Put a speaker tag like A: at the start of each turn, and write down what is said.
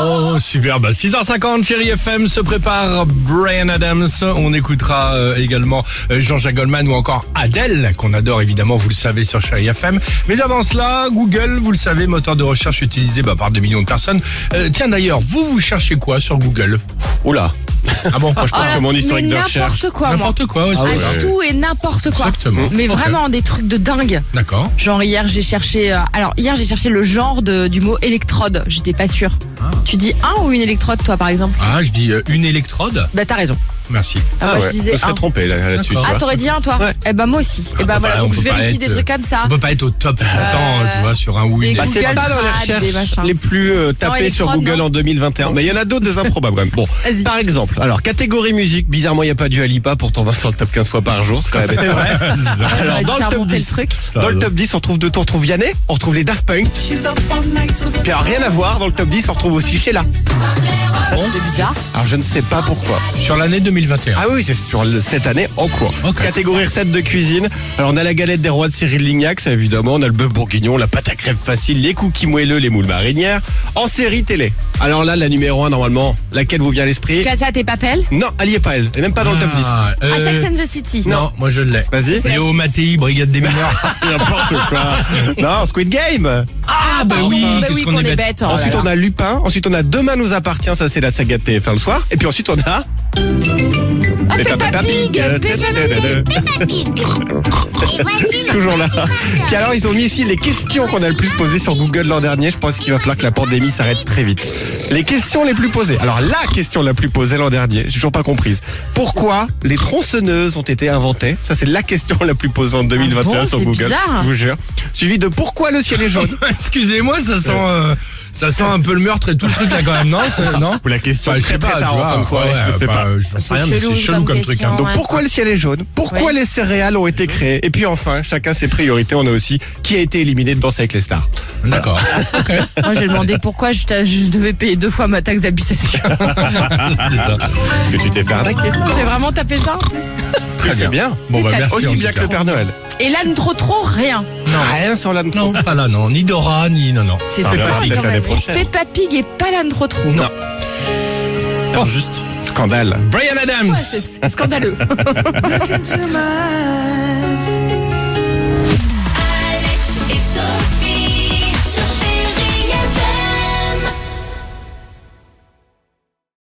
A: Oh, superbe. 6h50, chérie FM se prépare Brian Adams. On écoutera euh, également euh, Jean-Jacques Goldman ou encore Adèle, qu'on adore évidemment, vous le savez, sur chérie FM. Mais avant cela, Google, vous le savez, moteur de recherche utilisé bah, par des millions de personnes. Euh, tiens d'ailleurs, vous, vous cherchez quoi sur Google
B: Oula,
A: Ah bon, moi, je pense
B: que mon historique
C: mais
B: de
C: n'importe
B: recherche.
C: quoi, moi.
A: n'importe quoi. ouais, c'est
C: Ah,
A: vrai.
B: ouais. Mm.
C: Tout et n'importe quoi.
A: Exactement.
C: Mais
A: Ok.
C: vraiment des trucs de dingue.
A: D'accord.
C: Genre hier j'ai cherché, euh, alors hier j'ai cherché le genre de- du mot électrode. J'étais pas sûre.
A: Ah.
C: Tu dis un ou une électrode toi par exemple
A: Ah, je dis euh, une électrode.
C: Bah t'as raison.
A: Merci.
C: Ah, moi,
B: ouais,
C: je disais
B: je serais
C: un.
B: trompé là- là-dessus.
A: D'accord.
B: tu
C: Ah
B: vois.
C: t'aurais dit un toi
B: Ouais.
C: Eh ben moi aussi. Eh
A: Ah,
C: ben
A: bah,
C: voilà
A: on
C: donc
A: peut
C: je
A: pas
C: vérifie
A: être,
C: des trucs comme ça.
A: On peut pas être au top tout le temps, euh, tu vois, sur un ou une
C: Ah. et
B: Bah,
A: électrode.
B: c'est
C: Google
B: pas dans les
C: Ads, des
B: recherches
C: machins.
B: les plus euh, tapées
C: les
B: sur
C: fraudes,
B: Google
C: non
B: en 2021. Mais il y en a d'autres des improbables quand même. Bon,
C: Vas-y.
B: par exemple, alors catégorie musique, bizarrement il n'y a pas du Alipa, pourtant Vincent le top 15 fois par jour, c'est quand même
A: C'est vrai.
B: Alors
C: Ouais,
B: dans
C: tu
B: le
C: as
B: top
C: remonté
B: 10,
C: le truc.
B: dans le top 10, on trouve deux tours, on trouve Vianney, on retrouve les Daft Punk. Puis alors rien à voir, dans le top 10, on retrouve aussi Sheila.
C: C'est bizarre.
B: Alors je ne sais pas pourquoi.
A: Sur l'année 2021.
B: Ah oui, c'est sur le- cette année en cours.
A: Ok.
B: Catégorie recette de cuisine. Alors on a la galette des rois de Cyril Lignac, ça évidemment, on a le bœuf bourguignon, la pâte à crêpes facile, les cookies moelleux, les moules marinières. En série télé. Alors là, la numéro 1 normalement, laquelle vous vient à l'esprit
C: Casa tes papels.
B: Non, elle n'y est pas elle, elle est même pas dans le top 10.
A: Ah, euh,
C: À Sex and the City.
A: non, moi je l'ai.
B: Vas-y.
C: C'est la
A: Léo
C: suite.
A: Mattei, Brigade des mineurs.
B: N'importe quoi. Non, Squid Game.
A: Ah bah
C: Pardon,
A: oui,
C: bah
A: qu'est-ce
C: oui,
A: qu'on est bête.
C: bête. oh là
B: ensuite
C: là.
B: on a Lupin, ensuite on a Demain nous appartient, ça c'est la saga de TF1 le soir. Et puis ensuite on a... Peppa
C: Peppa Pig, Peppa Pig.
D: Peppa Pig. Et voici le
B: Toujours là.
D: petit
B: Puis
D: prince.
B: alors, ils ont mis ici les questions qu'on a le plus posées sur Google l'an dernier. Je pense qu'il va falloir que la pandémie s'arrête très vite. Les questions les plus posées. Alors, la question la plus posée l'an dernier, j'ai toujours pas comprise. Pourquoi les tronçonneuses ont été inventées Ça, c'est la question la plus posée en 2021
C: Ah bon,
B: sur
C: c'est
B: Google.
C: bizarre.
B: Je vous jure. Suivi de pourquoi le ciel est jaune
A: Excusez-moi, ça sent, euh, ça sent un peu le meurtre et tout le truc là quand même, non c'est- Non
B: Ou la question
A: Enfin, je
B: très
A: sais
B: très
A: pas, tu
B: tard en
A: vois.
B: fin de soirée.
A: ouais,
B: je sais
A: bah,
B: pas.
A: euh, j'en sais
C: C'est
A: rien, mais
C: chelou
A: c'est chelou
C: comme
A: comme truc. hein.
C: question,
A: Donc,
B: Donc
C: Ouais.
B: pourquoi le ciel est jaune Pourquoi
C: Ouais.
B: les céréales ont été créées Et puis enfin, chacun ses priorités. On a aussi qui a été éliminé de Danse avec les stars.
A: D'accord. Ok.
C: Moi j'ai demandé pourquoi je, t'a- je devais payer deux fois ma taxe d'habitation.
A: C'est ça.
B: Parce que tu t'es fait arnaquer.
C: j'ai vraiment tapé ça. en plus.
B: Très bien. bien.
A: Bon bah merci. en
B: Aussi
A: tout
B: bien que
A: cas.
B: le Père Noël.
C: Et là ne trop trop rien.
B: Rien sur l'âne
A: Non, pas là, non. Ni Dora, ni non, non.
C: C'est
B: Ça reviendra
C: dingue,
B: peut-être
C: quand
B: l'année
C: même.
B: prochaine.
C: Peppa Pig et pas l'âne trop trop.
A: Non.
B: C'est juste scandale.
A: Brian Adams.
C: Ouais, c'est c'est scandaleux.
E: into my eyes.